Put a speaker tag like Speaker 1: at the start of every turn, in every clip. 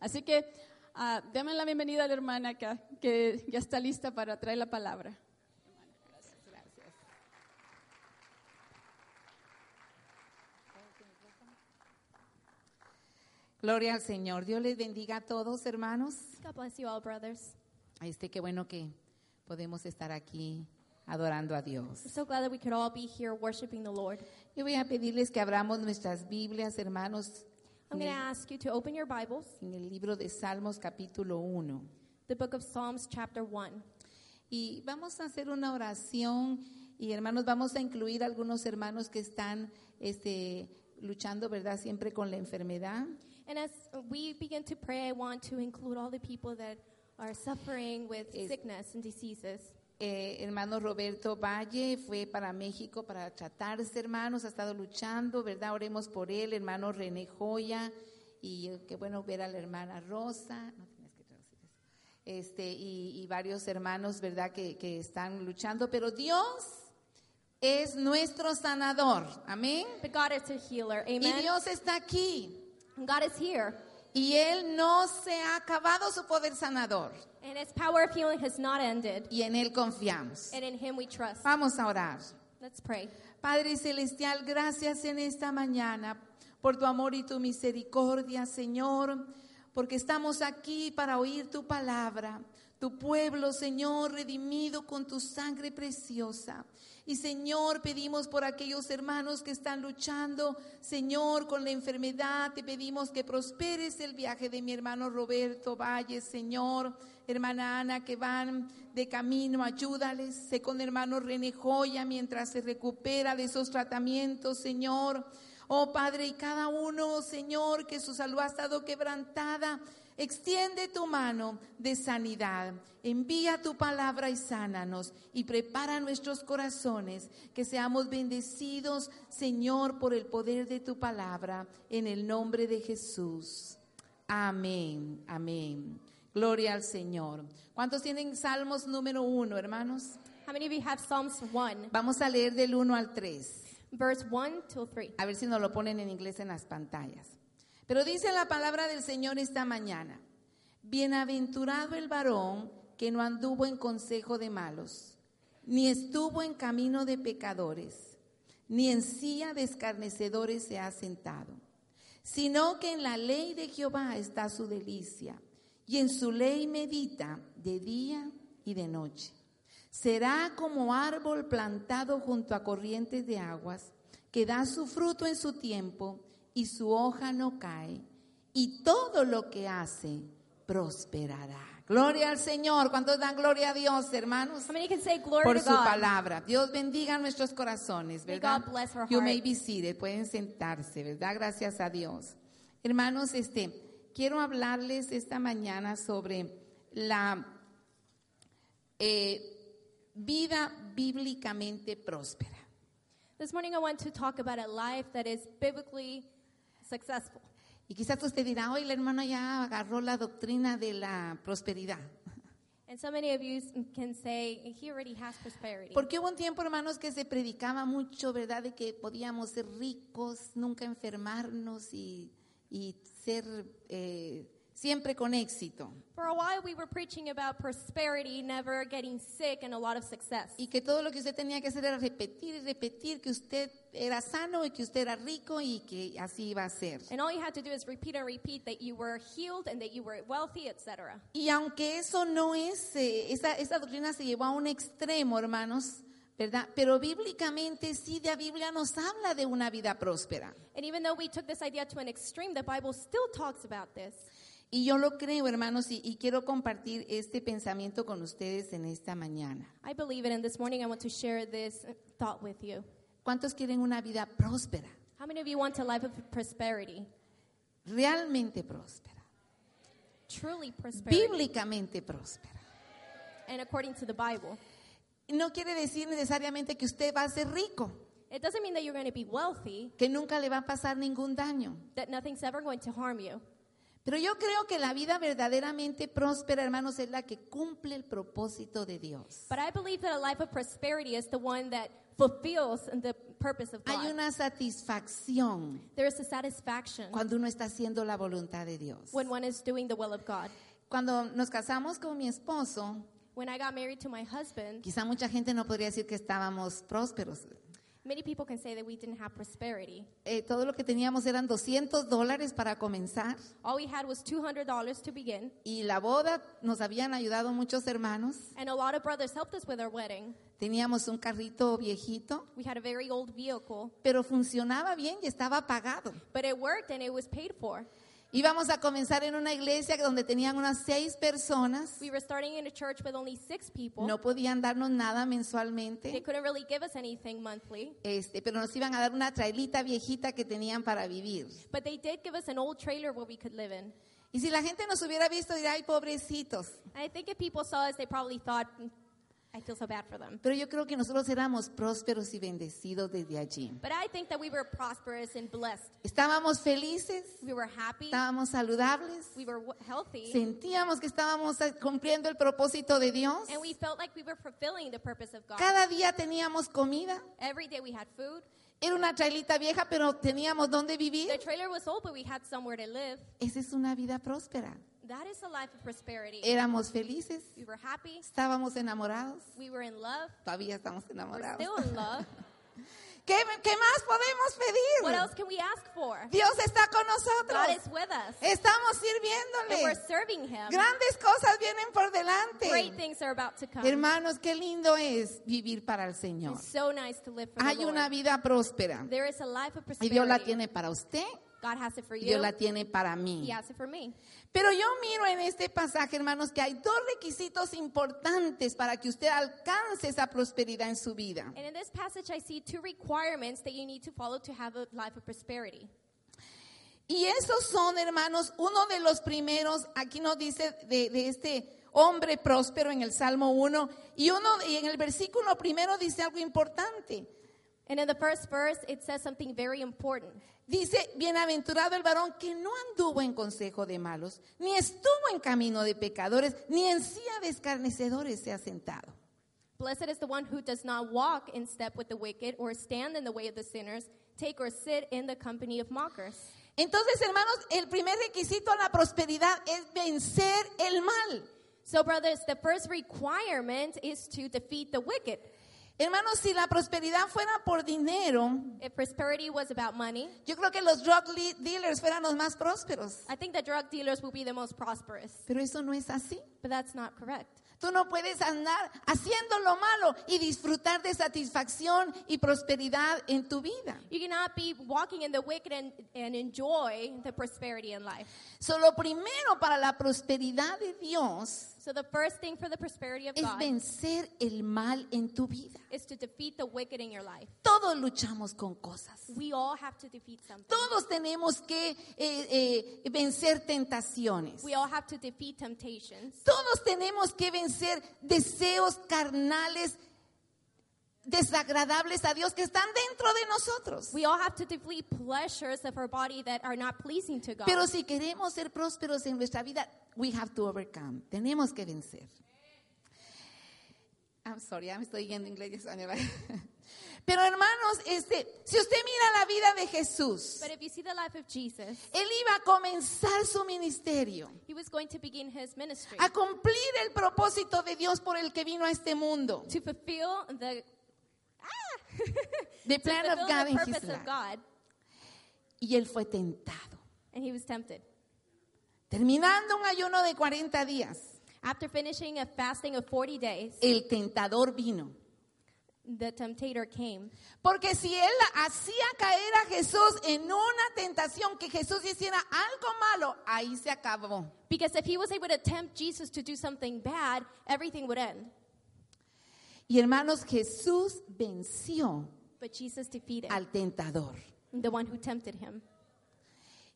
Speaker 1: Así que ah, déme la bienvenida a la hermana acá, que ya está lista para traer la palabra.
Speaker 2: Gloria al Señor. Dios les bendiga a todos, hermanos.
Speaker 3: God bless you all, brothers.
Speaker 2: Este, qué bueno que podemos estar aquí adorando a Dios.
Speaker 3: I'm so glad that we could all be here worshiping the Lord.
Speaker 2: Yo voy a pedirles que abramos nuestras Biblias, hermanos,
Speaker 3: I'm going to ask you to open your Bibles,
Speaker 2: en el libro de Salmos capítulo 1.
Speaker 3: the book of Psalms, chapter 1.
Speaker 2: Y vamos a hacer una oración y, hermanos, vamos a incluir a algunos hermanos que están este, luchando, ¿verdad?, siempre con la enfermedad.
Speaker 3: And as we begin to pray, I want to include all the people that are suffering with
Speaker 2: Is-
Speaker 3: sickness and diseases.
Speaker 2: Eh, hermano Roberto Valle fue para México para tratarse, hermanos, ha estado luchando, ¿verdad? Oremos por él, hermano René Joya, y eh, qué bueno ver a la hermana Rosa, no tenías que traducir eso. este, y, y varios hermanos, ¿verdad? Que, que están luchando, pero Dios es nuestro sanador, amén.
Speaker 3: But God is a healer.
Speaker 2: Y
Speaker 3: Amen.
Speaker 2: Dios está aquí,
Speaker 3: And God is here.
Speaker 2: y Él no se ha acabado su poder sanador,
Speaker 3: And his power of healing has not ended.
Speaker 2: y en Él confiamos.
Speaker 3: And in him we trust.
Speaker 2: Vamos a orar.
Speaker 3: Let's pray.
Speaker 2: Padre Celestial, gracias en esta mañana por tu amor y tu misericordia, Señor, porque estamos aquí para oír tu palabra, tu pueblo, Señor, redimido con tu sangre preciosa. Y Señor, pedimos por aquellos hermanos que están luchando, Señor, con la enfermedad, te pedimos que prosperes el viaje de mi hermano Roberto Valle, Señor, hermana Ana, que van de camino, ayúdales, sé con hermano René Joya mientras se recupera de esos tratamientos, Señor. Oh Padre, y cada uno, Señor, que su salud ha estado quebrantada, extiende tu mano de sanidad. Envía tu palabra y sánanos y prepara nuestros corazones, que seamos bendecidos, Señor, por el poder de tu palabra, en el nombre de Jesús. Amén, amén. Gloria al Señor. ¿Cuántos tienen Salmos número uno, hermanos?
Speaker 3: How many of you have Psalms 1,
Speaker 2: Vamos a leer del 1 al 3.
Speaker 3: verse 1 till 3?
Speaker 2: A ver si nos lo ponen en inglés en las pantallas. Pero dice la palabra del Señor esta mañana. Bienaventurado el varón que no anduvo en consejo de malos, ni estuvo en camino de pecadores, ni en silla de escarnecedores se ha sentado, sino que en la ley de Jehová está su delicia, y en su ley medita de día y de noche. Será como árbol plantado junto a corrientes de aguas, que da su fruto en su tiempo y su hoja no cae, y todo lo que hace prosperará. Gloria al Señor. ¿Cuántos dan gloria a Dios, hermanos?
Speaker 3: How many can say glory
Speaker 2: Por
Speaker 3: to
Speaker 2: su
Speaker 3: God?
Speaker 2: palabra. Dios bendiga nuestros corazones,
Speaker 3: May
Speaker 2: ¿verdad?
Speaker 3: God bless our
Speaker 2: You may
Speaker 3: heart.
Speaker 2: be seated. Pueden sentarse, ¿verdad? Gracias a Dios. Hermanos, este, quiero hablarles esta mañana sobre la eh, vida bíblicamente próspera.
Speaker 3: This morning I want to talk about a life that is biblically successful.
Speaker 2: Y quizás usted dirá, hoy la hermana ya agarró la doctrina de la prosperidad.
Speaker 3: And so many of you can say, he already has prosperity.
Speaker 2: Porque hubo un tiempo, hermanos, que se predicaba mucho, ¿verdad?, de que podíamos ser ricos, nunca enfermarnos y, y ser eh, siempre con éxito.
Speaker 3: For a while, we were preaching about prosperity, never getting sick, and a lot of success.
Speaker 2: Y que todo lo que usted tenía que hacer era repetir y repetir que usted era sano y que usted era rico y que así iba a ser.
Speaker 3: And all you had to do is repeat and repeat that you were healed and that you were wealthy, etc.
Speaker 2: Y aunque eso no es, eh, esa, esa doctrina se llevó a un extremo, hermanos, ¿verdad? Pero bíblicamente sí, la Biblia nos habla de una vida próspera.
Speaker 3: And even though we took this idea to an extreme, the Bible still talks about this.
Speaker 2: Y yo lo creo, hermanos, y, y quiero compartir este pensamiento con ustedes en esta mañana.
Speaker 3: I believe it, and this morning I want to share this thought with you.
Speaker 2: ¿Cuántos quieren una vida próspera?
Speaker 3: How many of you want a life of prosperity?
Speaker 2: Realmente próspera.
Speaker 3: Truly prosperity.
Speaker 2: Bíblicamente próspera.
Speaker 3: And according to the Bible.
Speaker 2: No quiere decir necesariamente que usted va a ser rico,
Speaker 3: It doesn't mean that you're going to be wealthy,
Speaker 2: que nunca le va a pasar ningún daño.
Speaker 3: that nothing's ever going to harm you.
Speaker 2: Pero yo creo que la vida verdaderamente próspera, hermanos, es la que cumple el propósito de Dios.
Speaker 3: But I believe that a life of prosperity is the one that fulfills the purpose of
Speaker 2: Hay
Speaker 3: God.
Speaker 2: una satisfacción
Speaker 3: There is a satisfaction
Speaker 2: cuando uno está haciendo la voluntad de Dios.
Speaker 3: when one is doing the will of God.
Speaker 2: Cuando nos casamos con mi esposo,
Speaker 3: When I got married to my husband,
Speaker 2: quizá mucha gente no podría decir que estábamos prósperos.
Speaker 3: many people can say that we didn't have prosperity.
Speaker 2: Eh, todo lo que teníamos eran 200 dólares para comenzar
Speaker 3: All we had was $200 to begin,
Speaker 2: y la boda nos habían ayudado muchos hermanos.
Speaker 3: and a lot of brothers helped us with our wedding.
Speaker 2: Teníamos un carrito viejito,
Speaker 3: We had a very old vehicle,
Speaker 2: pero funcionaba bien y estaba pagado.
Speaker 3: but it worked and it was paid for.
Speaker 2: Íbamos a comenzar en una iglesia donde tenían unas seis personas.
Speaker 3: We were starting in a church with only six people.
Speaker 2: No podían darnos nada
Speaker 3: They
Speaker 2: mensualmente,
Speaker 3: couldn't really give us anything monthly,
Speaker 2: este, pero nos iban a dar una trailita viejita que tenían para vivir.
Speaker 3: but they did give us an old trailer where we could live in.
Speaker 2: Y si la gente nos hubiera visto, diría, ay, pobrecitos.
Speaker 3: And I think if people saw us, they probably thought, "Mm, I feel so bad for them.
Speaker 2: Pero yo creo que nosotros éramos prósperos y bendecidos desde allí.
Speaker 3: But I think that we were prosperous and blessed.
Speaker 2: Estábamos felices,
Speaker 3: We were happy.
Speaker 2: estábamos saludables,
Speaker 3: We were w- healthy.
Speaker 2: sentíamos que estábamos cumpliendo el propósito de Dios.
Speaker 3: And we felt like we were fulfilling the purpose of God.
Speaker 2: Cada día teníamos comida.
Speaker 3: Every day we had food.
Speaker 2: Era una trailita vieja, pero teníamos dónde vivir.
Speaker 3: The trailer was old, but we had somewhere to live.
Speaker 2: Esa es una vida próspera.
Speaker 3: That is a life of prosperity.
Speaker 2: Éramos felices,
Speaker 3: We were happy.
Speaker 2: estábamos enamorados,
Speaker 3: We were in love.
Speaker 2: todavía estamos
Speaker 3: We're
Speaker 2: enamorados.
Speaker 3: still in love.
Speaker 2: ¿Qué, qué más podemos
Speaker 3: What else
Speaker 2: pedir?
Speaker 3: can we ask for?
Speaker 2: Dios está con
Speaker 3: God
Speaker 2: nosotros.
Speaker 3: is with us.
Speaker 2: Estamos
Speaker 3: And we're
Speaker 2: sirviéndole.
Speaker 3: serving Him.
Speaker 2: Grandes cosas vienen por
Speaker 3: Great
Speaker 2: delante.
Speaker 3: things are about to come.
Speaker 2: Hermanos, qué lindo es vivir para el Señor.
Speaker 3: It's so nice to live for the
Speaker 2: Hay una
Speaker 3: Lord.
Speaker 2: vida próspera
Speaker 3: There is a life of
Speaker 2: y Dios la
Speaker 3: prosperity.
Speaker 2: tiene para usted
Speaker 3: God has it for
Speaker 2: y Dios
Speaker 3: you.
Speaker 2: la tiene para
Speaker 3: He
Speaker 2: mí.
Speaker 3: has it for me.
Speaker 2: Pero yo miro en este pasaje, hermanos, que hay dos requisitos importantes para que usted alcance esa prosperidad en su vida.
Speaker 3: And in this passage, I see two requirements that you need to follow to have a life of prosperity.
Speaker 2: Y esos son, hermanos, uno de los primeros, aquí nos dice de, de este hombre próspero en el Salmo 1, y uno y en el versículo primero dice algo importante.
Speaker 3: And in the first verse, it says something very important.
Speaker 2: Dice, bienaventurado el varón que no anduvo en consejo de malos, ni estuvo en camino de pecadores, ni en silla de escarnecedores se ha sentado.
Speaker 3: Blessed is the one who does not walk in step with the wicked, or stand in the way of the sinners, take or sit in the company of mockers.
Speaker 2: Entonces, hermanos, el primer requisito a la prosperidad es vencer el mal.
Speaker 3: So, brothers, the first requirement is to defeat the wicked.
Speaker 2: Hermanos, si la prosperidad fuera por dinero,
Speaker 3: If prosperity was about money,
Speaker 2: yo creo que los drug le- dealers fueran los más prósperos.
Speaker 3: I think that drug dealers will be the most prosperous.
Speaker 2: Pero eso no es así.
Speaker 3: But that's not correct.
Speaker 2: Tú no puedes andar haciendo lo malo y disfrutar de satisfacción y prosperidad en tu vida.
Speaker 3: You cannot be walking in the wicked and, and enjoy the prosperity in life.
Speaker 2: So, lo primero para la prosperidad de Dios
Speaker 3: So, the first thing for the prosperity of
Speaker 2: es
Speaker 3: God
Speaker 2: vencer el mal en tu vida.
Speaker 3: is to defeat the wicked in your life.
Speaker 2: Todos luchamos con cosas.
Speaker 3: We all have to defeat something.
Speaker 2: Todos tenemos que eh, eh, vencer tentaciones.
Speaker 3: We all have to defeat temptations.
Speaker 2: Todos tenemos que vencer deseos carnales desagradables a Dios que están dentro de nosotros.
Speaker 3: We all have to defeat pleasures of our body that are not pleasing to God.
Speaker 2: Pero si queremos ser prósperos en nuestra vida, we have to overcome. Tenemos que vencer. I'm sorry, ya me estoy yendo inglés y español. Pero hermanos, este, si usted mira la vida de Jesús,
Speaker 3: but if you see the life of Jesus,
Speaker 2: él iba a comenzar su ministerio.
Speaker 3: he was going to begin his ministry
Speaker 2: a cumplir el propósito de Dios por el que vino a este mundo.
Speaker 3: to fulfill the,
Speaker 2: The
Speaker 3: to
Speaker 2: plan of God in his
Speaker 3: fulfill the purpose
Speaker 2: life.
Speaker 3: of God.
Speaker 2: Y él fue tentado.
Speaker 3: And he was tempted.
Speaker 2: Terminando un ayuno de 40 días,
Speaker 3: After finishing a fasting of 40 days,
Speaker 2: el tentador vino.
Speaker 3: the temptator came.
Speaker 2: Porque si él hacía caer a Jesús en una tentación que Jesús hiciera algo malo, ahí se acabó.
Speaker 3: Because if he was able to tempt Jesus to do something bad, everything would end.
Speaker 2: Y hermanos, Jesús venció
Speaker 3: But Jesus defeated
Speaker 2: al tentador.
Speaker 3: the one who tempted him.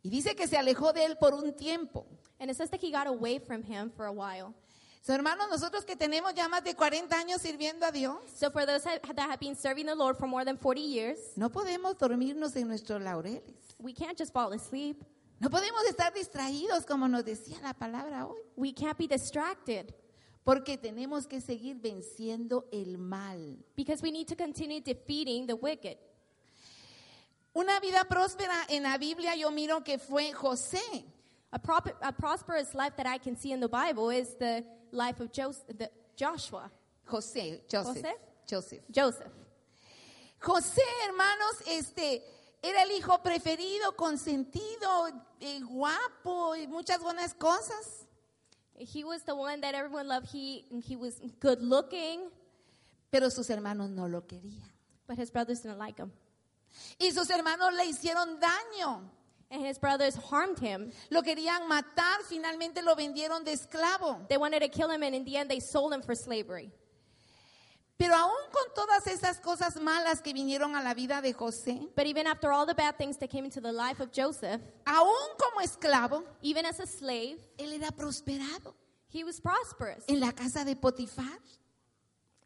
Speaker 2: Y dice que se alejó de él por un tiempo.
Speaker 3: And it says that he got away from him for a while.
Speaker 2: So, hermanos, nosotros que tenemos ya más de 40 años sirviendo a Dios,
Speaker 3: So for those that that have been serving the Lord for more than 40 years,
Speaker 2: No podemos dormirnos en nuestros laureles.
Speaker 3: we can't just fall asleep.
Speaker 2: No podemos estar distraídos como nos decía la palabra hoy,
Speaker 3: We can't be distracted
Speaker 2: porque tenemos que seguir venciendo el mal.
Speaker 3: because we need to continue defeating the wicked.
Speaker 2: Una vida próspera en la Biblia yo miro que fue José.
Speaker 3: A, prop- a prosperous life that I can see in the Bible is the life of Jos- the Joshua,
Speaker 2: José, Joseph.
Speaker 3: José.
Speaker 2: Joseph.
Speaker 3: Joseph.
Speaker 2: José, hermanos, este era el hijo preferido, consentido, eh, guapo y muchas buenas cosas.
Speaker 3: He was the one that everyone loved. He, he was good looking,
Speaker 2: Pero sus hermanos no lo querían.
Speaker 3: but his brothers didn't like him.
Speaker 2: Y sus hermanos le hicieron daño.
Speaker 3: And his brothers harmed him.
Speaker 2: Lo querían matar, finalmente lo vendieron de esclavo.
Speaker 3: They wanted to kill him, and in the end, they sold him for slavery.
Speaker 2: Pero aún con todas esas cosas malas que vinieron a la vida de José,
Speaker 3: But even after all the bad things that came into the life of Joseph,
Speaker 2: aún como esclavo,
Speaker 3: even as a slave,
Speaker 2: él era prosperado
Speaker 3: he was prosperous
Speaker 2: en la casa de Potifar.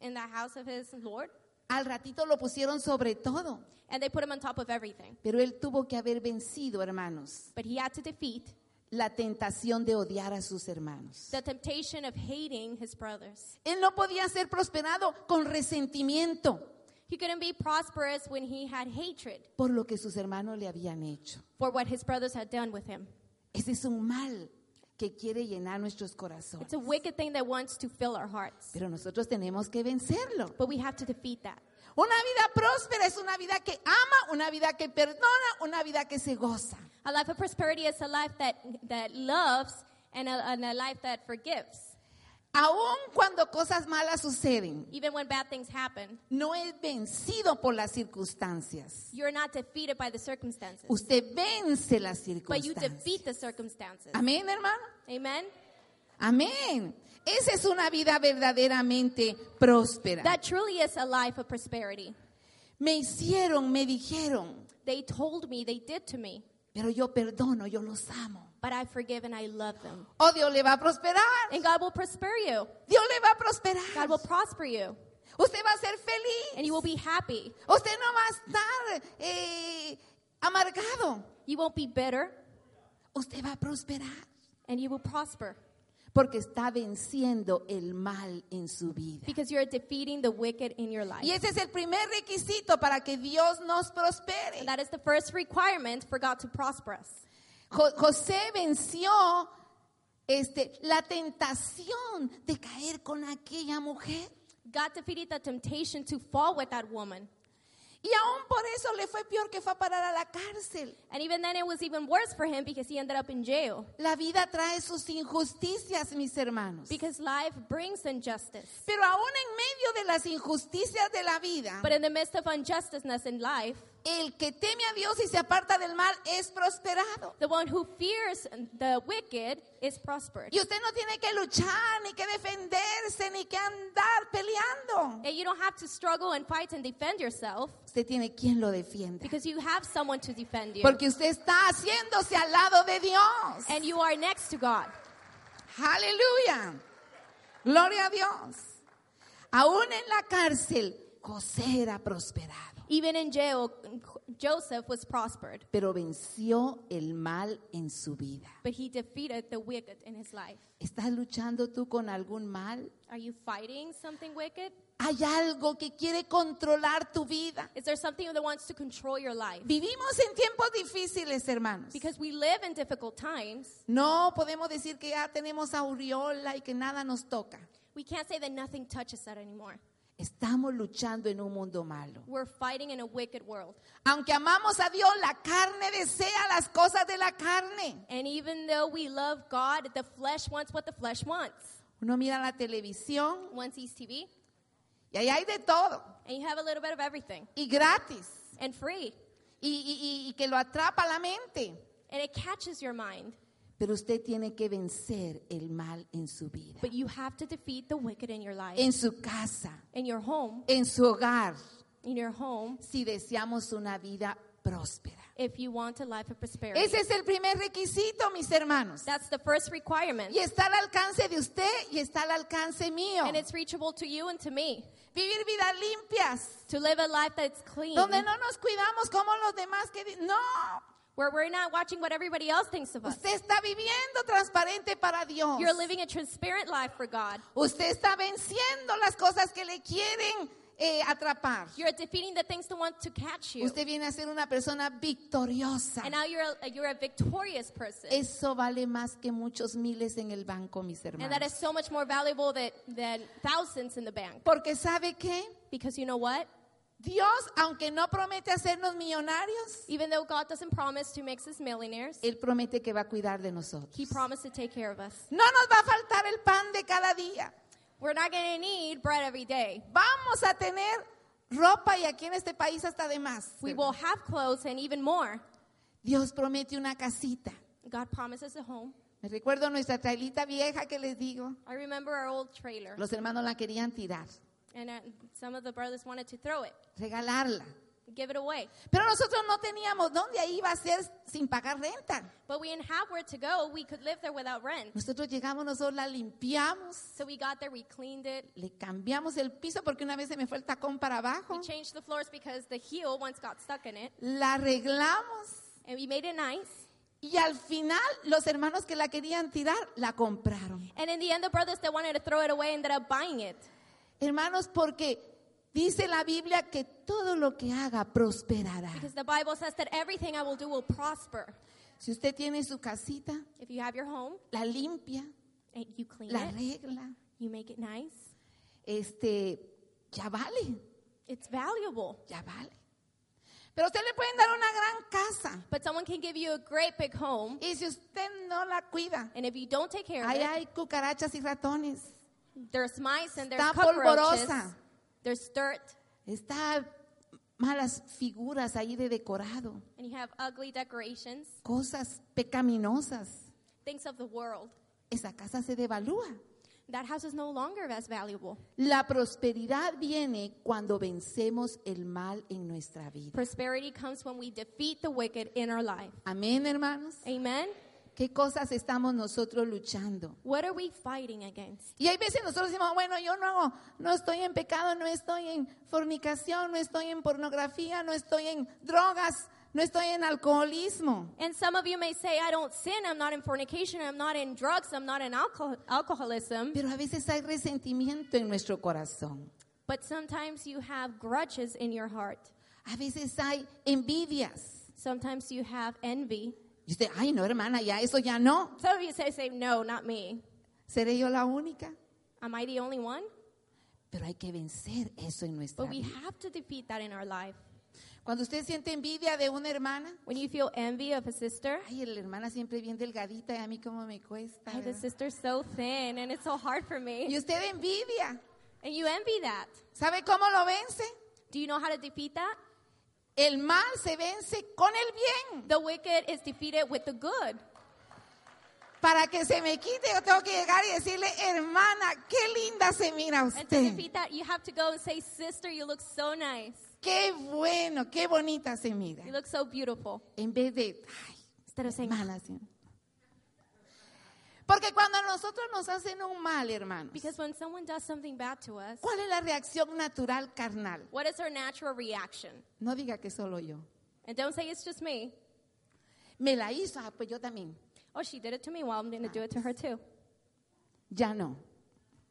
Speaker 3: in the house of his Lord.
Speaker 2: Al ratito lo pusieron sobre todo,
Speaker 3: And they put him on top of everything.
Speaker 2: pero él tuvo que haber vencido, hermanos,
Speaker 3: But he had to defeat
Speaker 2: la tentación de odiar a sus hermanos.
Speaker 3: the temptation of hating his brothers.
Speaker 2: Él no podía ser prosperado con resentimiento
Speaker 3: He couldn't be prosperous when he had hatred
Speaker 2: por lo que sus hermanos le habían hecho.
Speaker 3: for what his brothers had done with him.
Speaker 2: Ese es un mal que quiere llenar nuestros corazones,
Speaker 3: It's a wicked thing that wants to fill our hearts.
Speaker 2: pero nosotros tenemos que vencerlo.
Speaker 3: But we have to defeat that.
Speaker 2: Una vida próspera es una vida que ama, una vida que perdona, una vida que se goza.
Speaker 3: A life of prosperity is a life that, that loves and a, and a life that forgives,
Speaker 2: Aun cuando cosas malas suceden,
Speaker 3: even when bad things happen.
Speaker 2: no es vencido por las circunstancias.
Speaker 3: You're not defeated by the circumstances,
Speaker 2: Usted vence las
Speaker 3: but you
Speaker 2: circunstancias.
Speaker 3: defeat the circumstances.
Speaker 2: Amén, hermano.
Speaker 3: Amen?
Speaker 2: Amén. Esa es una vida verdaderamente próspera.
Speaker 3: That truly is a life of prosperity.
Speaker 2: Me hicieron, me dijeron,
Speaker 3: They told me, they did to me,
Speaker 2: pero yo perdono, yo los amo.
Speaker 3: but I forgive and I love them.
Speaker 2: Oh, Dios le va a prosperar.
Speaker 3: And God will prosper you.
Speaker 2: Dios le va a
Speaker 3: God
Speaker 2: prosperar.
Speaker 3: will prosper you.
Speaker 2: Usted va a ser feliz.
Speaker 3: And you will be happy.
Speaker 2: Usted no va a estar eh, amargado.
Speaker 3: You won't be bitter.
Speaker 2: Usted va a prosperar
Speaker 3: And you will prosper.
Speaker 2: porque está venciendo el mal en su vida.
Speaker 3: Because you're defeating the wicked in your life.
Speaker 2: Y ese es el primer requisito para que Dios nos prospere.
Speaker 3: And that is the first requirement for God to prosper us.
Speaker 2: Jo- José venció este, la tentación de caer con aquella mujer.
Speaker 3: God defeated the temptation to fall with that woman.
Speaker 2: Y aún por eso le fue peor que fue a parar a la cárcel.
Speaker 3: And even then, it was even worse for him because he ended up in jail.
Speaker 2: La vida trae sus injusticias, mis hermanos.
Speaker 3: Because life brings injustice.
Speaker 2: Pero aún en medio de las injusticias de la vida,
Speaker 3: But in the midst of injusticeness in life,
Speaker 2: El que teme a Dios y se aparta del mal es prosperado.
Speaker 3: the one who fears the wicked is prospered.
Speaker 2: Y usted no tiene que luchar, ni que defenderse, ni que andar peleando.
Speaker 3: And you don't have to struggle and fight and defend yourself
Speaker 2: Usted tiene quien lo defienda.
Speaker 3: because you have someone to defend you.
Speaker 2: Porque usted está haciéndose al lado de Dios.
Speaker 3: And you are next to God.
Speaker 2: Aleluya. Gloria a Dios. Aún en la cárcel, José era prosperado.
Speaker 3: Even in jail, Joseph was prospered,
Speaker 2: Pero venció el mal en su vida.
Speaker 3: but he defeated the wicked in his life.
Speaker 2: ¿Estás luchando tú con algún mal?
Speaker 3: Are you fighting something wicked?
Speaker 2: ¿Hay algo que quiere controlar tu vida?
Speaker 3: Is there something that wants to control your life?
Speaker 2: Vivimos en tiempos difíciles, hermanos.
Speaker 3: Because we live in difficult times.
Speaker 2: No podemos decir que ya tenemos aureola y que nada nos toca.
Speaker 3: We can't say that nothing touches that anymore.
Speaker 2: Estamos luchando en un mundo malo.
Speaker 3: We're fighting in a wicked world.
Speaker 2: Aunque amamos a Dios, la carne desea las cosas de la carne.
Speaker 3: And even though we love God, the flesh wants what the flesh wants.
Speaker 2: Uno mira la televisión
Speaker 3: One sees TV,
Speaker 2: y ahí hay de todo.
Speaker 3: and you have a little bit of everything,
Speaker 2: Y gratis.
Speaker 3: and free.
Speaker 2: Y, y- y- y que lo atrapa la mente.
Speaker 3: And it catches your mind.
Speaker 2: Pero usted tiene que vencer el mal en su vida.
Speaker 3: But you have to defeat the wicked in your life.
Speaker 2: En su casa,
Speaker 3: in your home,
Speaker 2: en su hogar,
Speaker 3: in your home,
Speaker 2: si deseamos una vida próspera.
Speaker 3: if you want a life of prosperity.
Speaker 2: Ese es el primer requisito, mis hermanos.
Speaker 3: That's the first requirement.
Speaker 2: Y está al alcance de usted y está al alcance mío.
Speaker 3: And it's reachable to you and to me.
Speaker 2: Vivir vidas limpias,
Speaker 3: To live a life that's clean,
Speaker 2: donde no nos cuidamos como los demás que... di- No,
Speaker 3: where we're not watching what everybody else thinks of us.
Speaker 2: usted está viviendo transparente para Dios.
Speaker 3: You're living a transparent life for God.
Speaker 2: Usted está venciendo las cosas que le quieren eh, atrapar.
Speaker 3: You're defeating the things that want to catch you.
Speaker 2: Usted viene a ser una persona victoriosa.
Speaker 3: And now you're a, you're a victorious person.
Speaker 2: Eso vale más que muchos miles en el banco, mis
Speaker 3: and that is
Speaker 2: hermanos.
Speaker 3: so much more valuable than, than thousands in the bank.
Speaker 2: Porque sabe que
Speaker 3: Because you know what?
Speaker 2: Dios, aunque no promete hacernos millonarios,
Speaker 3: Even though God doesn't promise to make us millionaires,
Speaker 2: Él promete que va a cuidar de nosotros.
Speaker 3: He promised to take care of us.
Speaker 2: No nos va a faltar el pan de cada día.
Speaker 3: We're not going to need bread every day.
Speaker 2: Vamos a tener ropa y aquí en este país hasta de más.
Speaker 3: We will have clothes and even more.
Speaker 2: Dios promete una casita.
Speaker 3: God promises a home.
Speaker 2: Me recuerdo nuestra trailita vieja que les digo.
Speaker 3: I remember our old trailer,
Speaker 2: Los hermanos la querían tirar,
Speaker 3: and uh, some of the brothers wanted to throw it,
Speaker 2: regalarla.
Speaker 3: give it away.
Speaker 2: Pero nosotros no teníamos dónde iba a ser sin pagar renta.
Speaker 3: But we didn't have where to go. We could live there without rent.
Speaker 2: Nosotros llegamos, nosotros la limpiamos,
Speaker 3: So we got there, we cleaned it.
Speaker 2: le cambiamos el piso porque una vez se me fue el tacón para abajo.
Speaker 3: We changed the floors because the heel once got stuck in it,
Speaker 2: La arreglamos
Speaker 3: and we made it nice.
Speaker 2: y al final los hermanos que la querían tirar la compraron.
Speaker 3: And in the end, the brothers that wanted to throw it away ended up buying it.
Speaker 2: Hermanos, porque dice la Biblia que todo lo que haga prosperará.
Speaker 3: Because the Bible says that everything I will do will prosper.
Speaker 2: Si usted tiene su casita,
Speaker 3: If you have your home
Speaker 2: la limpia,
Speaker 3: and you clean
Speaker 2: la
Speaker 3: it,
Speaker 2: arregla,
Speaker 3: you make it nice,
Speaker 2: este, ya vale,
Speaker 3: it's valuable.
Speaker 2: ya vale. Pero usted le pueden dar una gran casa
Speaker 3: But someone can give you a great big home,
Speaker 2: y si usted no la cuida,
Speaker 3: and if you don't take care of
Speaker 2: ahí
Speaker 3: it,
Speaker 2: hay cucarachas y ratones,
Speaker 3: there's mice and there's
Speaker 2: Está
Speaker 3: cockroaches,
Speaker 2: polvorosa.
Speaker 3: there's dirt,
Speaker 2: está malas figuras ahí de decorado,
Speaker 3: and you have ugly decorations,
Speaker 2: cosas pecaminosas.
Speaker 3: things of the world.
Speaker 2: Esa casa se devalúa.
Speaker 3: That house is no longer as valuable.
Speaker 2: La prosperidad viene cuando vencemos el mal en nuestra vida.
Speaker 3: Prosperity comes when we defeat the wicked in our life.
Speaker 2: Amén, hermanos.
Speaker 3: Amen.
Speaker 2: ¿Qué cosas estamos nosotros luchando?
Speaker 3: What are we fighting against?
Speaker 2: Y hay veces nosotros decimos, bueno, yo no hago, no estoy en pecado, no estoy en fornicación, no estoy en pornografía, no estoy en drogas, no estoy en alcoholismo.
Speaker 3: And some of you may say, I don't sin, I'm not in fornication, I'm not in drugs, I'm not in alcohol- alcoholism.
Speaker 2: Pero a veces hay resentimiento en nuestro corazón.
Speaker 3: But sometimes you have grudges in your heart.
Speaker 2: A veces hay envidias.
Speaker 3: Sometimes you have envy.
Speaker 2: Y usted, ay, no, hermana, ya eso ya no.
Speaker 3: Some of you say, say, no, not me.
Speaker 2: ¿Seré yo la única?
Speaker 3: Am I the only one?
Speaker 2: Pero hay que vencer eso en nuestra
Speaker 3: But we
Speaker 2: vida.
Speaker 3: have to defeat that in our life.
Speaker 2: Cuando usted siente envidia de una hermana,
Speaker 3: When you feel envy of a sister,
Speaker 2: ay, la hermana siempre bien delgadita y a mí cómo me cuesta.
Speaker 3: "Ay, pues the
Speaker 2: ¿verdad?
Speaker 3: sister's so thin and it's so hard for
Speaker 2: Y
Speaker 3: me.
Speaker 2: usted envidia.
Speaker 3: And you envy that.
Speaker 2: ¿Sabe cómo lo vence?
Speaker 3: Do you know how to defeat that?
Speaker 2: El mal se vence con el bien.
Speaker 3: The wicked is defeated with the good.
Speaker 2: Para que se me quite, yo tengo que llegar y decirle, hermana, qué linda se mira
Speaker 3: And to
Speaker 2: usted.
Speaker 3: defeat that, you have to go and say, Sister, you look so nice.
Speaker 2: Qué bueno, qué bonita se mira.
Speaker 3: You look so beautiful.
Speaker 2: En vez de, ay,
Speaker 3: Instead of saying,
Speaker 2: mala señora. Porque cuando a nosotros nos hacen un mal, hermanos,
Speaker 3: Because when someone does something bad to us,
Speaker 2: ¿cuál es la reacción natural carnal?
Speaker 3: what is our natural reaction?
Speaker 2: No diga que solo yo.
Speaker 3: And don't say it's just me.
Speaker 2: Me la hizo, ah, pues yo también.
Speaker 3: Oh, she did it to me. Well, I'm going to do it to her too.
Speaker 2: Ya no.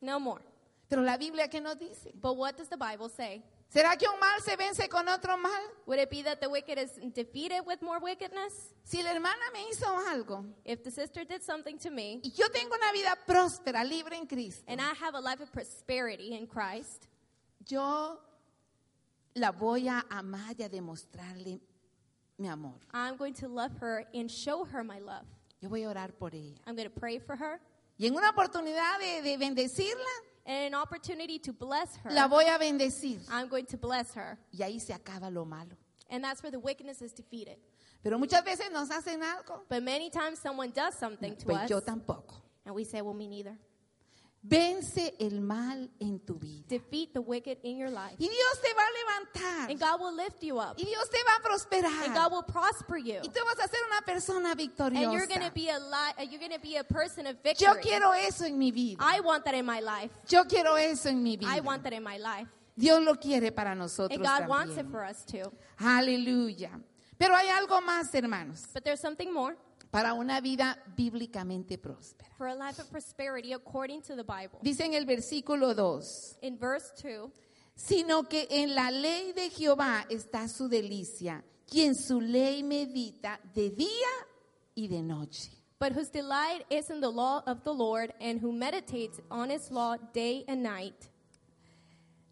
Speaker 3: No more.
Speaker 2: Pero la Biblia, ¿qué nos dice?
Speaker 3: But what does the Bible say?
Speaker 2: ¿Será que un mal se vence con otro mal?
Speaker 3: Would it be that the wicked is defeated with more wickedness?
Speaker 2: Si la hermana me hizo algo
Speaker 3: If the sister did something to me
Speaker 2: y yo tengo una vida próspera, libre en Cristo,
Speaker 3: and I have a life of prosperity in Christ,
Speaker 2: yo la voy a amar y a demostrarle mi amor.
Speaker 3: I'm going to love her and show her my love.
Speaker 2: Yo voy a orar por ella.
Speaker 3: I'm going to pray for her
Speaker 2: Y en una oportunidad de, de bendecirla,
Speaker 3: and an opportunity to bless her.
Speaker 2: la voy a bendecir.
Speaker 3: I'm going to bless her.
Speaker 2: Y ahí se acaba lo malo.
Speaker 3: And that's where the wickedness is defeated.
Speaker 2: Pero muchas veces nos hacen algo.
Speaker 3: But many times someone does something to
Speaker 2: Pues
Speaker 3: us
Speaker 2: yo tampoco.
Speaker 3: and we say, well, me neither.
Speaker 2: Vence el mal en tu vida.
Speaker 3: Defeat the wicked in your life.
Speaker 2: Y Dios te va a levantar.
Speaker 3: And God will lift you up.
Speaker 2: Y Dios te va a
Speaker 3: And God
Speaker 2: prosperar.
Speaker 3: will prosper you.
Speaker 2: Y tú vas a ser una persona
Speaker 3: And you're going
Speaker 2: victoriosa.
Speaker 3: to be a li- uh, you're going to be a person of victory.
Speaker 2: Yo quiero eso en mi vida.
Speaker 3: I want that in my life.
Speaker 2: Yo quiero eso en mi vida.
Speaker 3: I want that in my life.
Speaker 2: Dios lo quiere para nosotros
Speaker 3: And God wants it
Speaker 2: también.
Speaker 3: for us too.
Speaker 2: Aleluya. Pero hay algo más, hermanos,
Speaker 3: But there's something more
Speaker 2: para una vida bíblicamente próspera.
Speaker 3: for a life of prosperity according to the Bible.
Speaker 2: Dice en el versículo 2,
Speaker 3: In verse 2,
Speaker 2: sino que en la ley de Jehová está su delicia, quien su ley medita de día y de noche.
Speaker 3: but whose delight is in the law of the Lord and who meditates on his law day and night.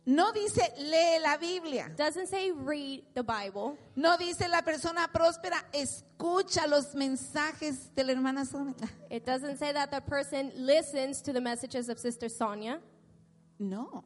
Speaker 2: No dice lee la Biblia,
Speaker 3: Doesn't say read the Bible,
Speaker 2: no dice la persona próspera escucha los mensajes de la hermana Sonia.
Speaker 3: it doesn't say that the person listens to the messages of Sister Sonia.
Speaker 2: No.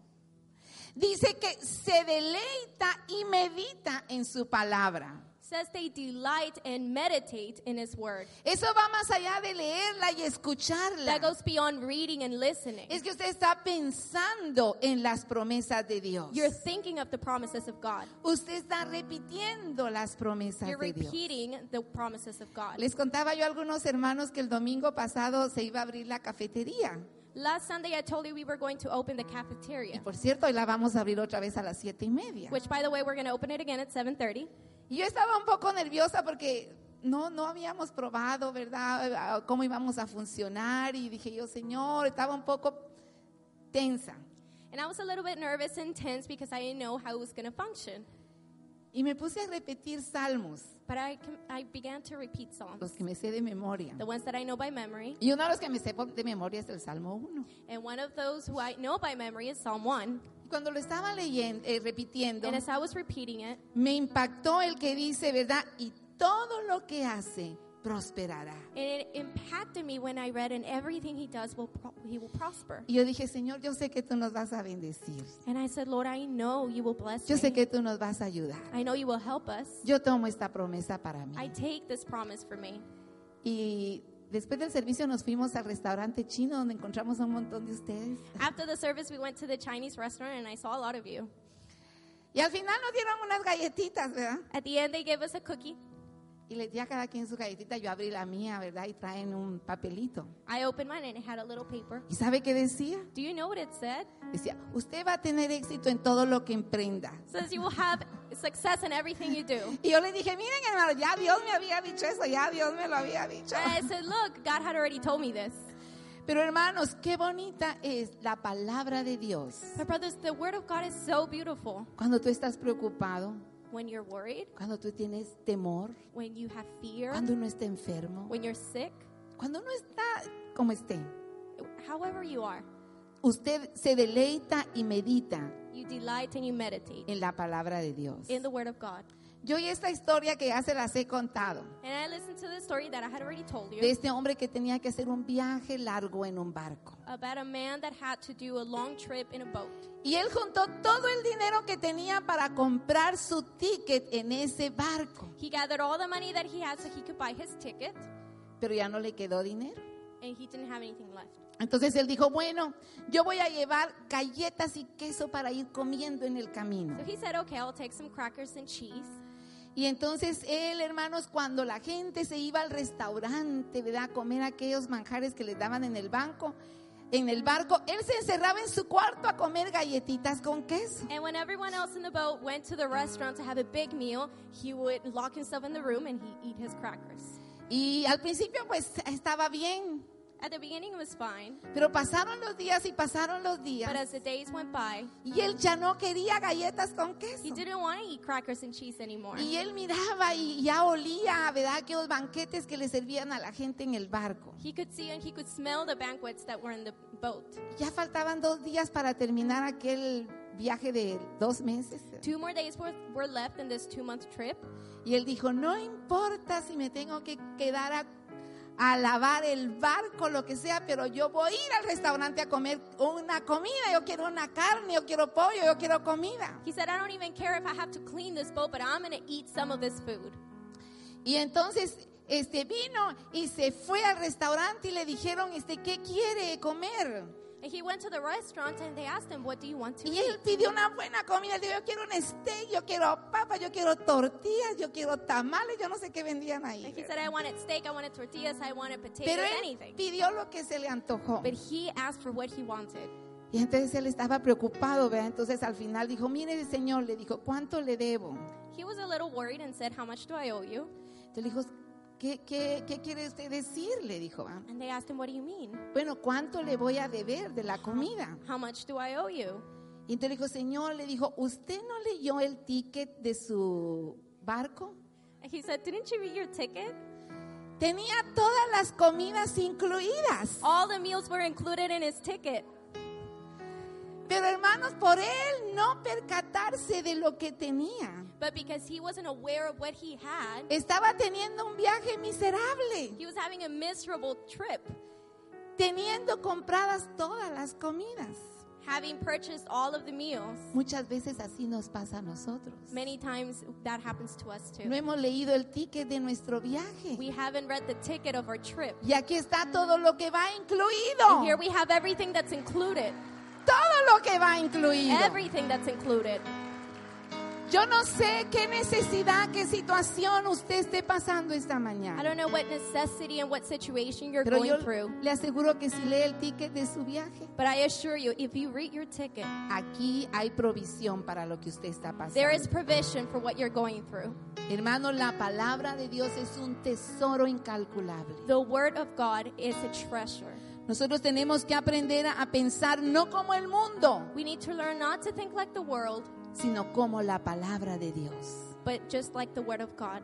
Speaker 2: Dice que se deleita y medita en su palabra.
Speaker 3: Says they delight and meditate in his word.
Speaker 2: Eso va más allá de leerla y
Speaker 3: That
Speaker 2: escucharla.
Speaker 3: goes beyond reading and listening.
Speaker 2: Es que usted está pensando en las promesas de Dios.
Speaker 3: You're thinking of the promises of God.
Speaker 2: Usted está repitiendo las promesas
Speaker 3: You're
Speaker 2: de Dios.
Speaker 3: repeating the promises of God.
Speaker 2: Les contaba yo a algunos hermanos que el domingo pasado se iba a abrir la cafetería.
Speaker 3: Last Sunday, I told you we were going to open the cafeteria,
Speaker 2: Y por cierto, hoy la vamos a abrir otra vez a las siete y media.
Speaker 3: which, by the way, we're going to open it again at 7:30.
Speaker 2: Y yo estaba un poco nerviosa porque no, no habíamos probado, ¿verdad? Ah, Cómo íbamos a funcionar. Y dije yo, Señor, estaba un poco tensa.
Speaker 3: And I was a little bit nervous and tense because I didn't know how it was going to function.
Speaker 2: Y me puse a repetir salmos,
Speaker 3: But I, com- I began to repeat
Speaker 2: los
Speaker 3: psalms,
Speaker 2: que me sé de memoria.
Speaker 3: the ones that I know by memory.
Speaker 2: Y uno de los que me sé por- de memoria es el Salmo 1.
Speaker 3: And one of those who I know by memory is Psalm 1.
Speaker 2: Cuando lo estaba leyendo, eh, repitiendo,
Speaker 3: And as I was repeating it,
Speaker 2: me impactó el que dice, ¿verdad? Y todo lo que hace prosperará.
Speaker 3: and it impacted me when I read, and everything he does, will pro- he will prosper.
Speaker 2: Y yo dije, Señor, yo sé que tú nos vas a bendecir.
Speaker 3: And I said, Lord, I know you will bless
Speaker 2: Yo sé
Speaker 3: me.
Speaker 2: que tú nos vas a ayudar.
Speaker 3: I know you will help us.
Speaker 2: Yo tomo esta promesa para mí.
Speaker 3: I take this promise for me.
Speaker 2: Y después del servicio nos fuimos al restaurante chino donde encontramos a un montón de ustedes.
Speaker 3: After the service, we went to the Chinese restaurant, and I saw a lot of you.
Speaker 2: Y al final nos dieron unas galletitas, ¿verdad?
Speaker 3: At the end, they gave us a cookie.
Speaker 2: Y les di a cada quien su galletita, yo abrí la mía, ¿verdad? Y traen un papelito.
Speaker 3: I opened mine, and it had a little paper.
Speaker 2: ¿Y sabe qué decía?
Speaker 3: Do you know what it said?
Speaker 2: Decía, usted va a tener éxito en todo lo que emprenda.
Speaker 3: says you will have success in everything you do.
Speaker 2: Y yo le dije, miren hermano, ya Dios me había dicho eso, ya Dios me lo había dicho.
Speaker 3: And I said, Look, God had already told me this.
Speaker 2: Pero hermanos, qué bonita es la palabra de Dios.
Speaker 3: My brothers, the word of God is so beautiful.
Speaker 2: Cuando tú estás preocupado,
Speaker 3: When you're worried,
Speaker 2: cuando tú tienes temor,
Speaker 3: when you have fear,
Speaker 2: cuando uno está enfermo,
Speaker 3: when you're sick,
Speaker 2: cuando uno está como esté,
Speaker 3: however you are,
Speaker 2: usted se deleita y medita
Speaker 3: you delight and you meditate
Speaker 2: en la palabra de Dios.
Speaker 3: in the word of God.
Speaker 2: Yo y esta historia que ya se las he contado,
Speaker 3: And I listened to the story that I had already told
Speaker 2: de
Speaker 3: you
Speaker 2: este hombre que tenía que hacer un viaje largo en un barco.
Speaker 3: about a man that had to do a long trip in a boat.
Speaker 2: Y él juntó todo el dinero que tenía para comprar su ticket en ese barco.
Speaker 3: He gathered all the money that he had so he could buy his ticket,
Speaker 2: Pero ya no le quedó dinero.
Speaker 3: and he didn't have anything left.
Speaker 2: Entonces él dijo, bueno, yo voy a llevar galletas y queso para ir comiendo en el camino.
Speaker 3: So he said, Okay, I'll take some crackers and cheese.
Speaker 2: Y entonces él, hermanos, cuando la gente se iba al restaurante, ¿verdad? A comer aquellos manjares que les daban en el banco, en el barco, él se encerraba en su cuarto a comer galletitas con queso.
Speaker 3: And when everyone else in the boat went to the restaurant to have a big meal, he would lock himself in the room and he'd eat his crackers.
Speaker 2: Y al principio pues estaba bien,
Speaker 3: At the beginning, it was fine,
Speaker 2: pero pasaron los días y pasaron los
Speaker 3: but
Speaker 2: días.
Speaker 3: as the days went by,
Speaker 2: Y él ya no quería galletas con
Speaker 3: he
Speaker 2: queso.
Speaker 3: didn't want to eat crackers and cheese anymore.
Speaker 2: Y él miraba y ya olía, ¿verdad? Aquellos banquetes que le servían a la gente en el barco.
Speaker 3: He could see and he could smell the banquets that were in the boat.
Speaker 2: Ya faltaban dos días para terminar aquel viaje de dos meses.
Speaker 3: Two more days were, were left in this two month trip.
Speaker 2: Y él dijo, no importa si me tengo que quedar a, a lavar el barco, lo que sea, pero yo voy a ir al restaurante a comer una comida. Yo quiero una carne, yo quiero pollo, yo quiero comida.
Speaker 3: He said, I don't even care if I have to clean this boat, but I'm going to eat some of this food.
Speaker 2: Y entonces este vino y se fue al restaurante y le dijeron, este, ¿qué quiere comer?
Speaker 3: And he went to the restaurant and they asked him, What do you want to
Speaker 2: Y
Speaker 3: eat?
Speaker 2: él pidió una buena comida. Él dijo, yo quiero un steak, yo quiero papa, yo quiero tortillas, yo quiero tamales, yo no sé qué vendían ahí.
Speaker 3: And he
Speaker 2: ¿verdad?
Speaker 3: said, I wanted steak, I wanted tortillas, I wanted potatoes,
Speaker 2: Pero él
Speaker 3: anything.
Speaker 2: pidió lo que se le antojó.
Speaker 3: But he asked for what he wanted.
Speaker 2: Y entonces él estaba preocupado, ¿verdad? Entonces al final dijo, mire señor, le dijo, ¿cuánto le debo?
Speaker 3: He was a little worried and said, How much do I owe you?
Speaker 2: Entonces le dijo, ¿qué, qué, qué quiere usted decir? Le dijo, ¿ah?
Speaker 3: And they asked him, What do you mean?
Speaker 2: bueno, ¿cuánto le voy a deber de la comida?
Speaker 3: How much do I owe you?
Speaker 2: Y entonces le dijo, Señor, le dijo, ¿usted no leyó el ticket de su barco?
Speaker 3: And he said, Didn't you read your ticket?
Speaker 2: Tenía todas las comidas incluidas.
Speaker 3: All the meals were included in his ticket.
Speaker 2: Pero hermanos, por él no percatarse de lo que tenía,
Speaker 3: But because he wasn't aware of what he had,
Speaker 2: estaba teniendo un viaje miserable,
Speaker 3: he was having a miserable trip,
Speaker 2: teniendo compradas todas las comidas.
Speaker 3: having purchased all of the meals.
Speaker 2: Muchas veces así nos pasa a nosotros.
Speaker 3: Many times that happens to us too.
Speaker 2: No hemos leído el ticket de nuestro viaje.
Speaker 3: We haven't read the ticket of our trip.
Speaker 2: Y aquí está todo lo que va
Speaker 3: And here
Speaker 2: incluido.
Speaker 3: we have everything that's included.
Speaker 2: Todo lo que va incluido.
Speaker 3: Everything that's included.
Speaker 2: Yo no sé qué necesidad, qué situación usted esté pasando esta
Speaker 3: I
Speaker 2: mañana.
Speaker 3: don't know what necessity and what situation you're
Speaker 2: Pero yo
Speaker 3: going through,
Speaker 2: le aseguro que si lee el ticket de su viaje,
Speaker 3: but I assure you, if you read your ticket,
Speaker 2: aquí hay provisión para lo que usted está pasando.
Speaker 3: there is provision for what you're going through.
Speaker 2: Hermano, la palabra de Dios es un tesoro incalculable.
Speaker 3: The Word of God is a treasure.
Speaker 2: Nosotros tenemos que aprender a a pensar no como el mundo,
Speaker 3: We need to learn not to think like the world,
Speaker 2: sino como la palabra de Dios.
Speaker 3: but just like the Word of God.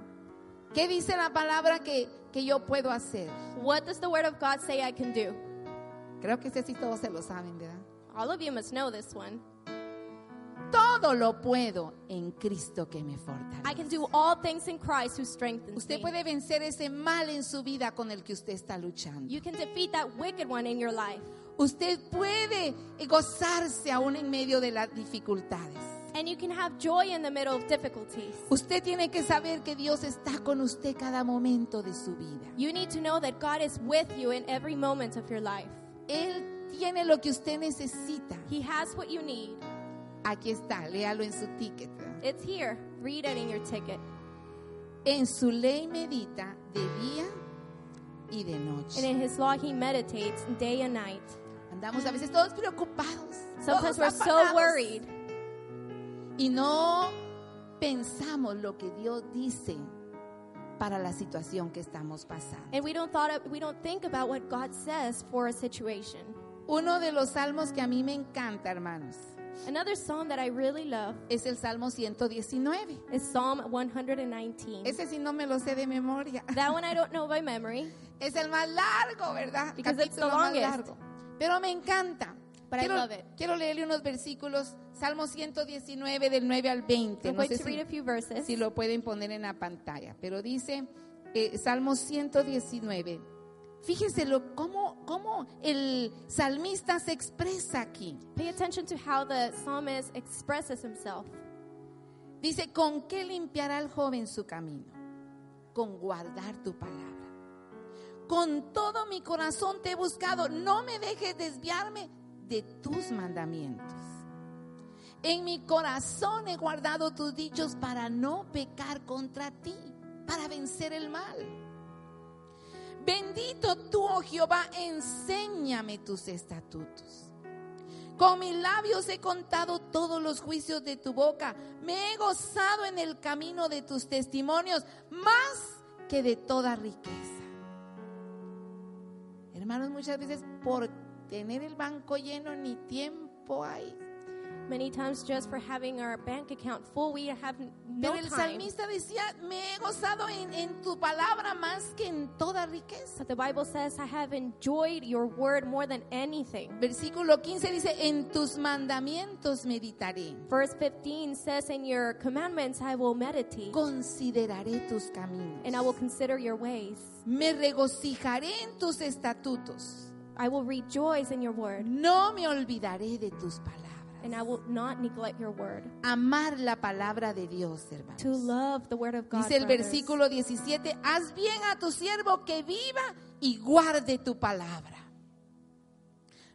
Speaker 2: ¿Qué dice la palabra que, que yo puedo hacer?
Speaker 3: What does the Word of God say I can do?
Speaker 2: Creo que ese sí todos se lo saben, ¿verdad?
Speaker 3: All of you must know this one.
Speaker 2: Todo lo puedo en Cristo que me fortalece.
Speaker 3: I can do all things in Christ who strengthens
Speaker 2: Usted
Speaker 3: me.
Speaker 2: puede vencer ese mal en su vida con el que usted está luchando.
Speaker 3: You can defeat that wicked one in your life.
Speaker 2: Usted puede gozarse aún en medio de las dificultades.
Speaker 3: And you can have joy in the middle of difficulties.
Speaker 2: Usted tiene que saber que Dios está con usted cada momento de su vida.
Speaker 3: You need to know that God is with you in every moment of your life.
Speaker 2: Él tiene lo que usted necesita.
Speaker 3: He has what you need.
Speaker 2: Aquí está, léalo en su ticket.
Speaker 3: It's here. Read it in your ticket.
Speaker 2: En su ley medita de día y de
Speaker 3: And
Speaker 2: noche.
Speaker 3: in his law he meditates day and night.
Speaker 2: Andamos a veces todos preocupados.
Speaker 3: Sometimes
Speaker 2: todos
Speaker 3: we're so
Speaker 2: afanados.
Speaker 3: worried
Speaker 2: y no pensamos lo que Dios dice para la situación que estamos pasando.
Speaker 3: and we don't thought of, we don't think about what God says for a situation.
Speaker 2: Uno de los salmos que a mí me encanta, hermanos,
Speaker 3: Another psalm that I really love
Speaker 2: es el Salmo 119.
Speaker 3: is Psalm 119.
Speaker 2: Ese sí no me lo sé de memoria.
Speaker 3: that one I don't know by memory,
Speaker 2: Es el más largo, ¿verdad?
Speaker 3: Because it's the
Speaker 2: Capítulo más
Speaker 3: longest.
Speaker 2: largo. Pero me encanta.
Speaker 3: But I
Speaker 2: quiero,
Speaker 3: love it.
Speaker 2: quiero leerle unos versículos, Salmo 119 del 9 al 20.
Speaker 3: I'm
Speaker 2: No
Speaker 3: going
Speaker 2: sé
Speaker 3: to read
Speaker 2: si,
Speaker 3: a few verses.
Speaker 2: si lo pueden poner en la pantalla, pero dice eh, Salmo 119. Fíjense lo, cómo, cómo el salmista se expresa aquí.
Speaker 3: Pay attention to how the psalmist expresses himself.
Speaker 2: Dice, ¿con qué limpiará el joven su camino? Con guardar tu palabra. Con todo mi corazón te he buscado. No me dejes desviarme de tus mandamientos. En mi corazón he guardado tus dichos para no pecar contra ti, para vencer el mal. Bendito tú, oh Jehová, enséñame tus estatutos. Con mis labios he contado todos los juicios de tu boca. Me he gozado en el camino de tus testimonios más que de toda riqueza. Hermanos, muchas veces por tener el banco lleno ni tiempo hay.
Speaker 3: Many times, just for having our bank account full, we have no
Speaker 2: Pero el
Speaker 3: time.
Speaker 2: salmista decía, me he gozado en, en tu palabra más que en toda riqueza.
Speaker 3: But the Bible says, I have enjoyed your word more than anything.
Speaker 2: Versículo 15 dice, en tus mandamientos meditaré.
Speaker 3: Verse 15 says, In your commandments I will meditate,
Speaker 2: Consideraré tus caminos.
Speaker 3: and I will consider your ways.
Speaker 2: Me regocijaré en tus estatutos.
Speaker 3: I will rejoice in your word,
Speaker 2: No me olvidaré de tus palabras.
Speaker 3: and I will not neglect your word.
Speaker 2: Amar la palabra de Dios, hermanos.
Speaker 3: To love the word of God.
Speaker 2: Dice el
Speaker 3: brothers.
Speaker 2: versículo 17, haz bien a tu siervo que viva y guarde tu palabra.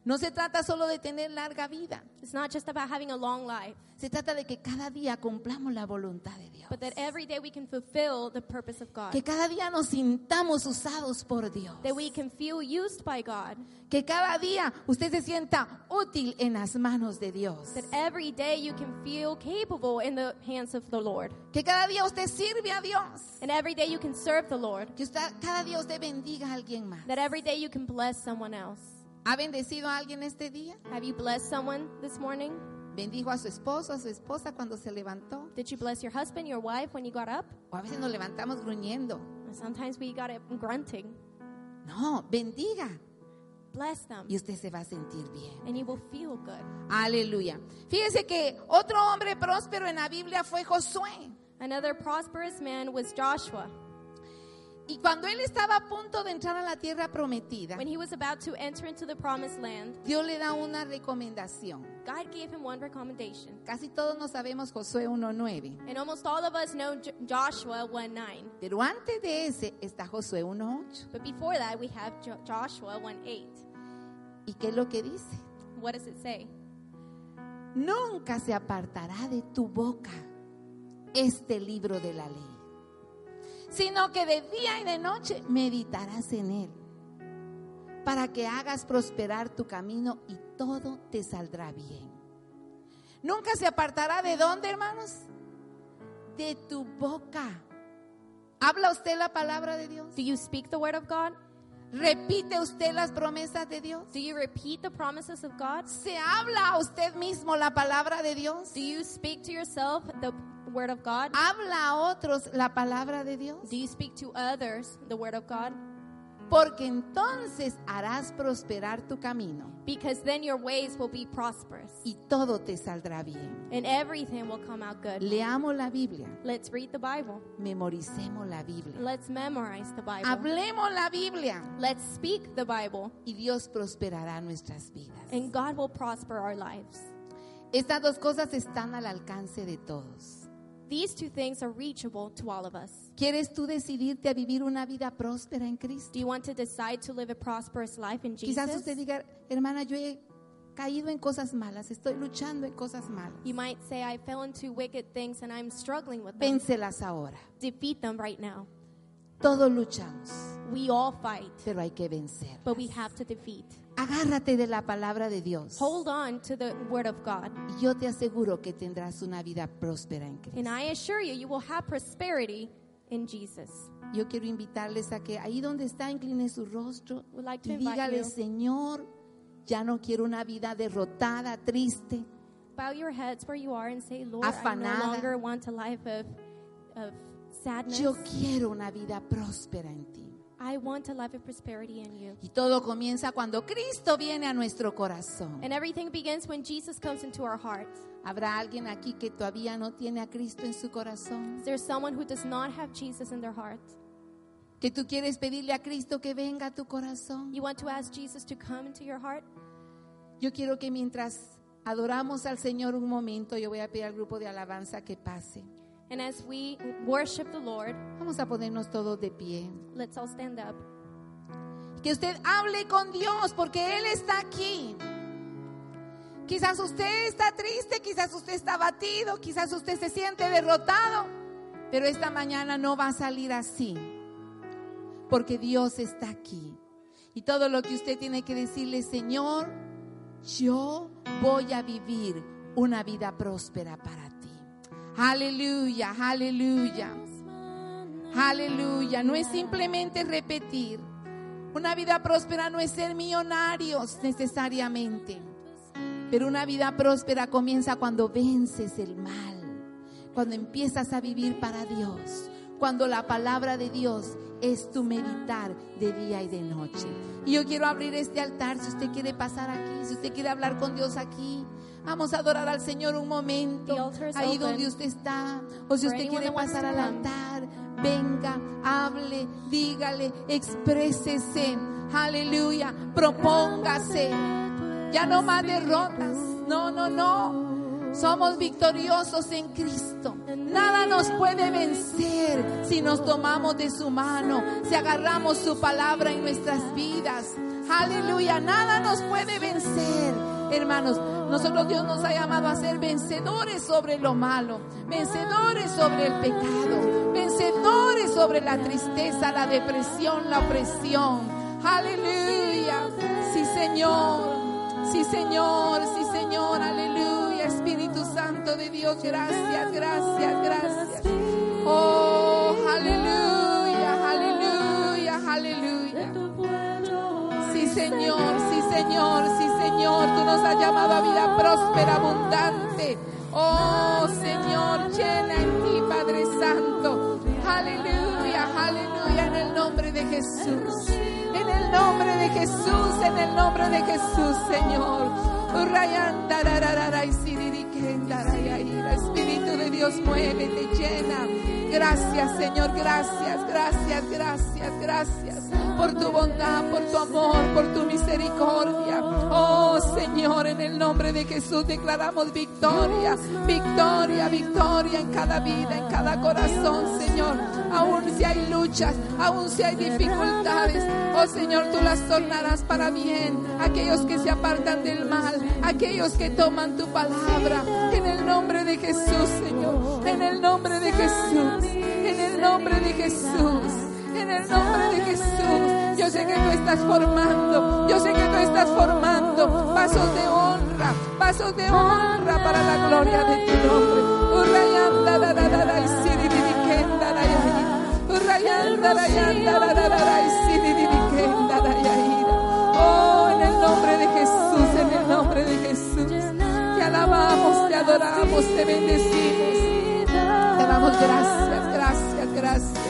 Speaker 2: No se trata solo de tener larga vida,
Speaker 3: It's not just about having a long life,
Speaker 2: se trata de que cada día cumplamos la voluntad de Dios.
Speaker 3: but that every day we can fulfill the purpose of God.
Speaker 2: Que cada día nos sintamos usados por Dios.
Speaker 3: That we can feel used by God.
Speaker 2: Que cada día usted se sienta útil en las manos de Dios.
Speaker 3: That every day you can feel capable in the hands of the Lord.
Speaker 2: Que cada día usted sirve a Dios.
Speaker 3: And every day you can serve the Lord.
Speaker 2: Que usted, cada día usted bendiga a alguien más.
Speaker 3: That every day you can bless someone else.
Speaker 2: ¿Ha bendecido a alguien este día?
Speaker 3: Have you blessed someone this morning?
Speaker 2: Bendijo a su esposo, a su esposa cuando se levantó.
Speaker 3: Did you bless your husband, your wife when you got up?
Speaker 2: O a veces nos levantamos gruñendo.
Speaker 3: Sometimes we got up grunting.
Speaker 2: No, bendiga.
Speaker 3: Bless them,
Speaker 2: Y usted se va a sentir bien.
Speaker 3: and you will feel good.
Speaker 2: Aleluya. Fíjese que otro hombre próspero en la Biblia fue Josué.
Speaker 3: Another prosperous man was Joshua.
Speaker 2: Y cuando él estaba a punto de entrar a la tierra prometida,
Speaker 3: When he was about to enter into the promised land,
Speaker 2: Dios le da una recomendación.
Speaker 3: God gave him one recommendation.
Speaker 2: Casi todos no sabemos Josué 1.9,
Speaker 3: And almost all of us know J- Joshua 1 9.
Speaker 2: pero antes de ese está Josué 1.8.
Speaker 3: But before that, we have jo- Joshua 1 8.
Speaker 2: ¿Y qué es lo que dice?
Speaker 3: What does it say?
Speaker 2: Nunca se apartará de tu boca este libro de la ley, sino que de día y de noche meditarás en él, para que hagas prosperar tu camino y todo te saldrá bien. Nunca se apartará de dónde, hermanos? De tu boca. ¿Habla usted la palabra de Dios?
Speaker 3: Do you speak the word of God?
Speaker 2: ¿Repite usted las promesas de Dios?
Speaker 3: Do you repeat the promises of God?
Speaker 2: ¿Se habla a usted mismo la palabra de Dios?
Speaker 3: Do you speak to yourself the word of God?
Speaker 2: habla a otros la palabra de Dios,
Speaker 3: Do you speak to others the word of God?
Speaker 2: porque entonces harás prosperar tu camino
Speaker 3: Because then your ways will be prosperous
Speaker 2: y todo te saldrá bien.
Speaker 3: and everything will come out good.
Speaker 2: Leamos la Biblia,
Speaker 3: Let's read the Bible.
Speaker 2: memoricemos la Biblia,
Speaker 3: Let's memorize the Bible.
Speaker 2: hablemos la Biblia
Speaker 3: Let's speak the Bible,
Speaker 2: y Dios prosperará nuestras vidas.
Speaker 3: and God will prosper our lives.
Speaker 2: Estas dos cosas están al alcance de todos.
Speaker 3: These two things are reachable to all of us.
Speaker 2: ¿Quieres tú decidirte a vivir una vida próspera en Cristo?
Speaker 3: Do you want to decide to live a prosperous life in
Speaker 2: Quizás
Speaker 3: Jesus?
Speaker 2: usted diga, hermana, yo he caído en cosas malas, estoy luchando en cosas malas.
Speaker 3: You might say, I fell into wicked things and I'm struggling with them.
Speaker 2: Vénselas ahora.
Speaker 3: Defeat them right now.
Speaker 2: Todos luchamos.
Speaker 3: We all fight,
Speaker 2: pero hay que vencer.
Speaker 3: but we have to defeat.
Speaker 2: Agárrate de la palabra de Dios.
Speaker 3: Hold on to the word of God.
Speaker 2: Y yo te aseguro que tendrás una vida próspera en Cristo.
Speaker 3: And I assure you, you will have prosperity in Jesus.
Speaker 2: Yo quiero invitarles a que ahí donde está incline su rostro
Speaker 3: Would like to
Speaker 2: y
Speaker 3: invite
Speaker 2: dígale,
Speaker 3: you.
Speaker 2: Señor, ya no quiero una vida derrotada, triste.
Speaker 3: Bow your heads where you are and say, Lord, I
Speaker 2: Afanada.
Speaker 3: no longer want a life of, of sadness.
Speaker 2: Yo quiero una vida próspera en ti.
Speaker 3: I want a life of prosperity in you.
Speaker 2: Y todo comienza cuando Cristo viene a nuestro corazón.
Speaker 3: And everything begins when Jesus comes into our hearts.
Speaker 2: ¿Habrá alguien aquí que todavía no tiene a Cristo en su corazón?
Speaker 3: Is there someone who does not have Jesus in their heart?
Speaker 2: ¿Que tú quieres pedirle a Cristo que venga a tu corazón?
Speaker 3: You want to ask Jesus to come into your heart?
Speaker 2: Yo quiero que mientras adoramos al Señor un momento, yo voy a pedir al grupo de alabanza que pase.
Speaker 3: And as we worship the Lord,
Speaker 2: Vamos a ponernos todos de pie.
Speaker 3: let's all stand up.
Speaker 2: Que usted hable con Dios porque Él está aquí. Quizás usted está triste, quizás usted está abatido, quizás usted se siente derrotado, pero esta mañana no va a salir así, porque Dios está aquí. Y todo lo que usted tiene que decirle, Señor, yo voy a vivir una vida próspera para ti. Aleluya, aleluya, aleluya. No es simplemente repetir. Una vida próspera no es ser millonarios necesariamente, pero una vida próspera comienza cuando vences el mal, cuando empiezas a vivir para Dios, cuando la palabra de Dios es tu meditar de día y de noche. Y yo quiero abrir este altar si usted quiere pasar aquí, si usted quiere hablar con Dios aquí. Vamos a adorar al Señor un
Speaker 3: The
Speaker 2: momento,
Speaker 3: altar is
Speaker 2: ahí
Speaker 3: open.
Speaker 2: donde usted está, o si
Speaker 3: For
Speaker 2: usted
Speaker 3: anyone
Speaker 2: quiere
Speaker 3: that wants
Speaker 2: pasar
Speaker 3: to
Speaker 2: al
Speaker 3: come.
Speaker 2: altar altar, venga, hable, dígale, exprésese, aleluya, propóngase. Ya no más derrotas, no, no, no. Somos victoriosos en Cristo. Nada nos puede vencer si nos tomamos de su mano, si agarramos su palabra en nuestras vidas. Aleluya, nada nos puede vencer. Hermanos, nosotros Dios nos ha llamado a ser vencedores sobre lo malo, vencedores sobre el pecado, vencedores sobre la tristeza, la depresión, la opresión. Aleluya. Sí, Señor. Sí, Señor. Sí, Señor. Aleluya. Espíritu Santo de Dios, gracias, gracias, gracias. Oh, aleluya, aleluya, aleluya. Sí, Señor, sí, Señor, sí, Señor. Tú nos nos has llamado a vida próspera, abundante. Oh Señor, llena en ti, Padre Santo. Aleluya, aleluya, en el nombre de Jesús. En el nombre de Jesús, en el nombre de Jesús, Señor. Urayan, tarararara, y siririquen, tarayayira. Espíritu de Dios, muévete, llena. Gracias, Señor, gracias, gracias, gracias, gracias. Por tu bondad, por tu amor, por tu misericordia. Oh Señor, en el nombre de Jesús declaramos victoria, victoria, victoria en cada vida, en cada corazón, Señor. Aún si hay luchas, aún si hay dificultades, oh Señor, tú las tornarás para bien. Aquellos que se apartan del mal, aquellos que toman tu palabra, en el nombre de Jesús, Señor, en el nombre de Jesús, en el nombre de Jesús. En el nombre de Jesús, yo sé que tú estás formando, yo sé que tú estás formando pasos de honra, pasos de honra para la gloria de tu nombre. Urrayan, da, da, da, da, da, y siririken, da, da, ya, ya. Urrayan, da, da, ya, da, da, da, da, da, y siririken, da, da, ya, ya. Oh, en el nombre de Jesús, en el nombre de Jesús, te alabamos, te adoramos, te bendecimos, te damos gracias, gracias, gracias.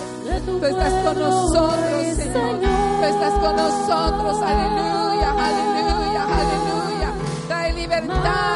Speaker 2: Tú estás con nosotros, Señor. Tú estás con nosotros. Aleluya, aleluya, aleluya. Trae libertad.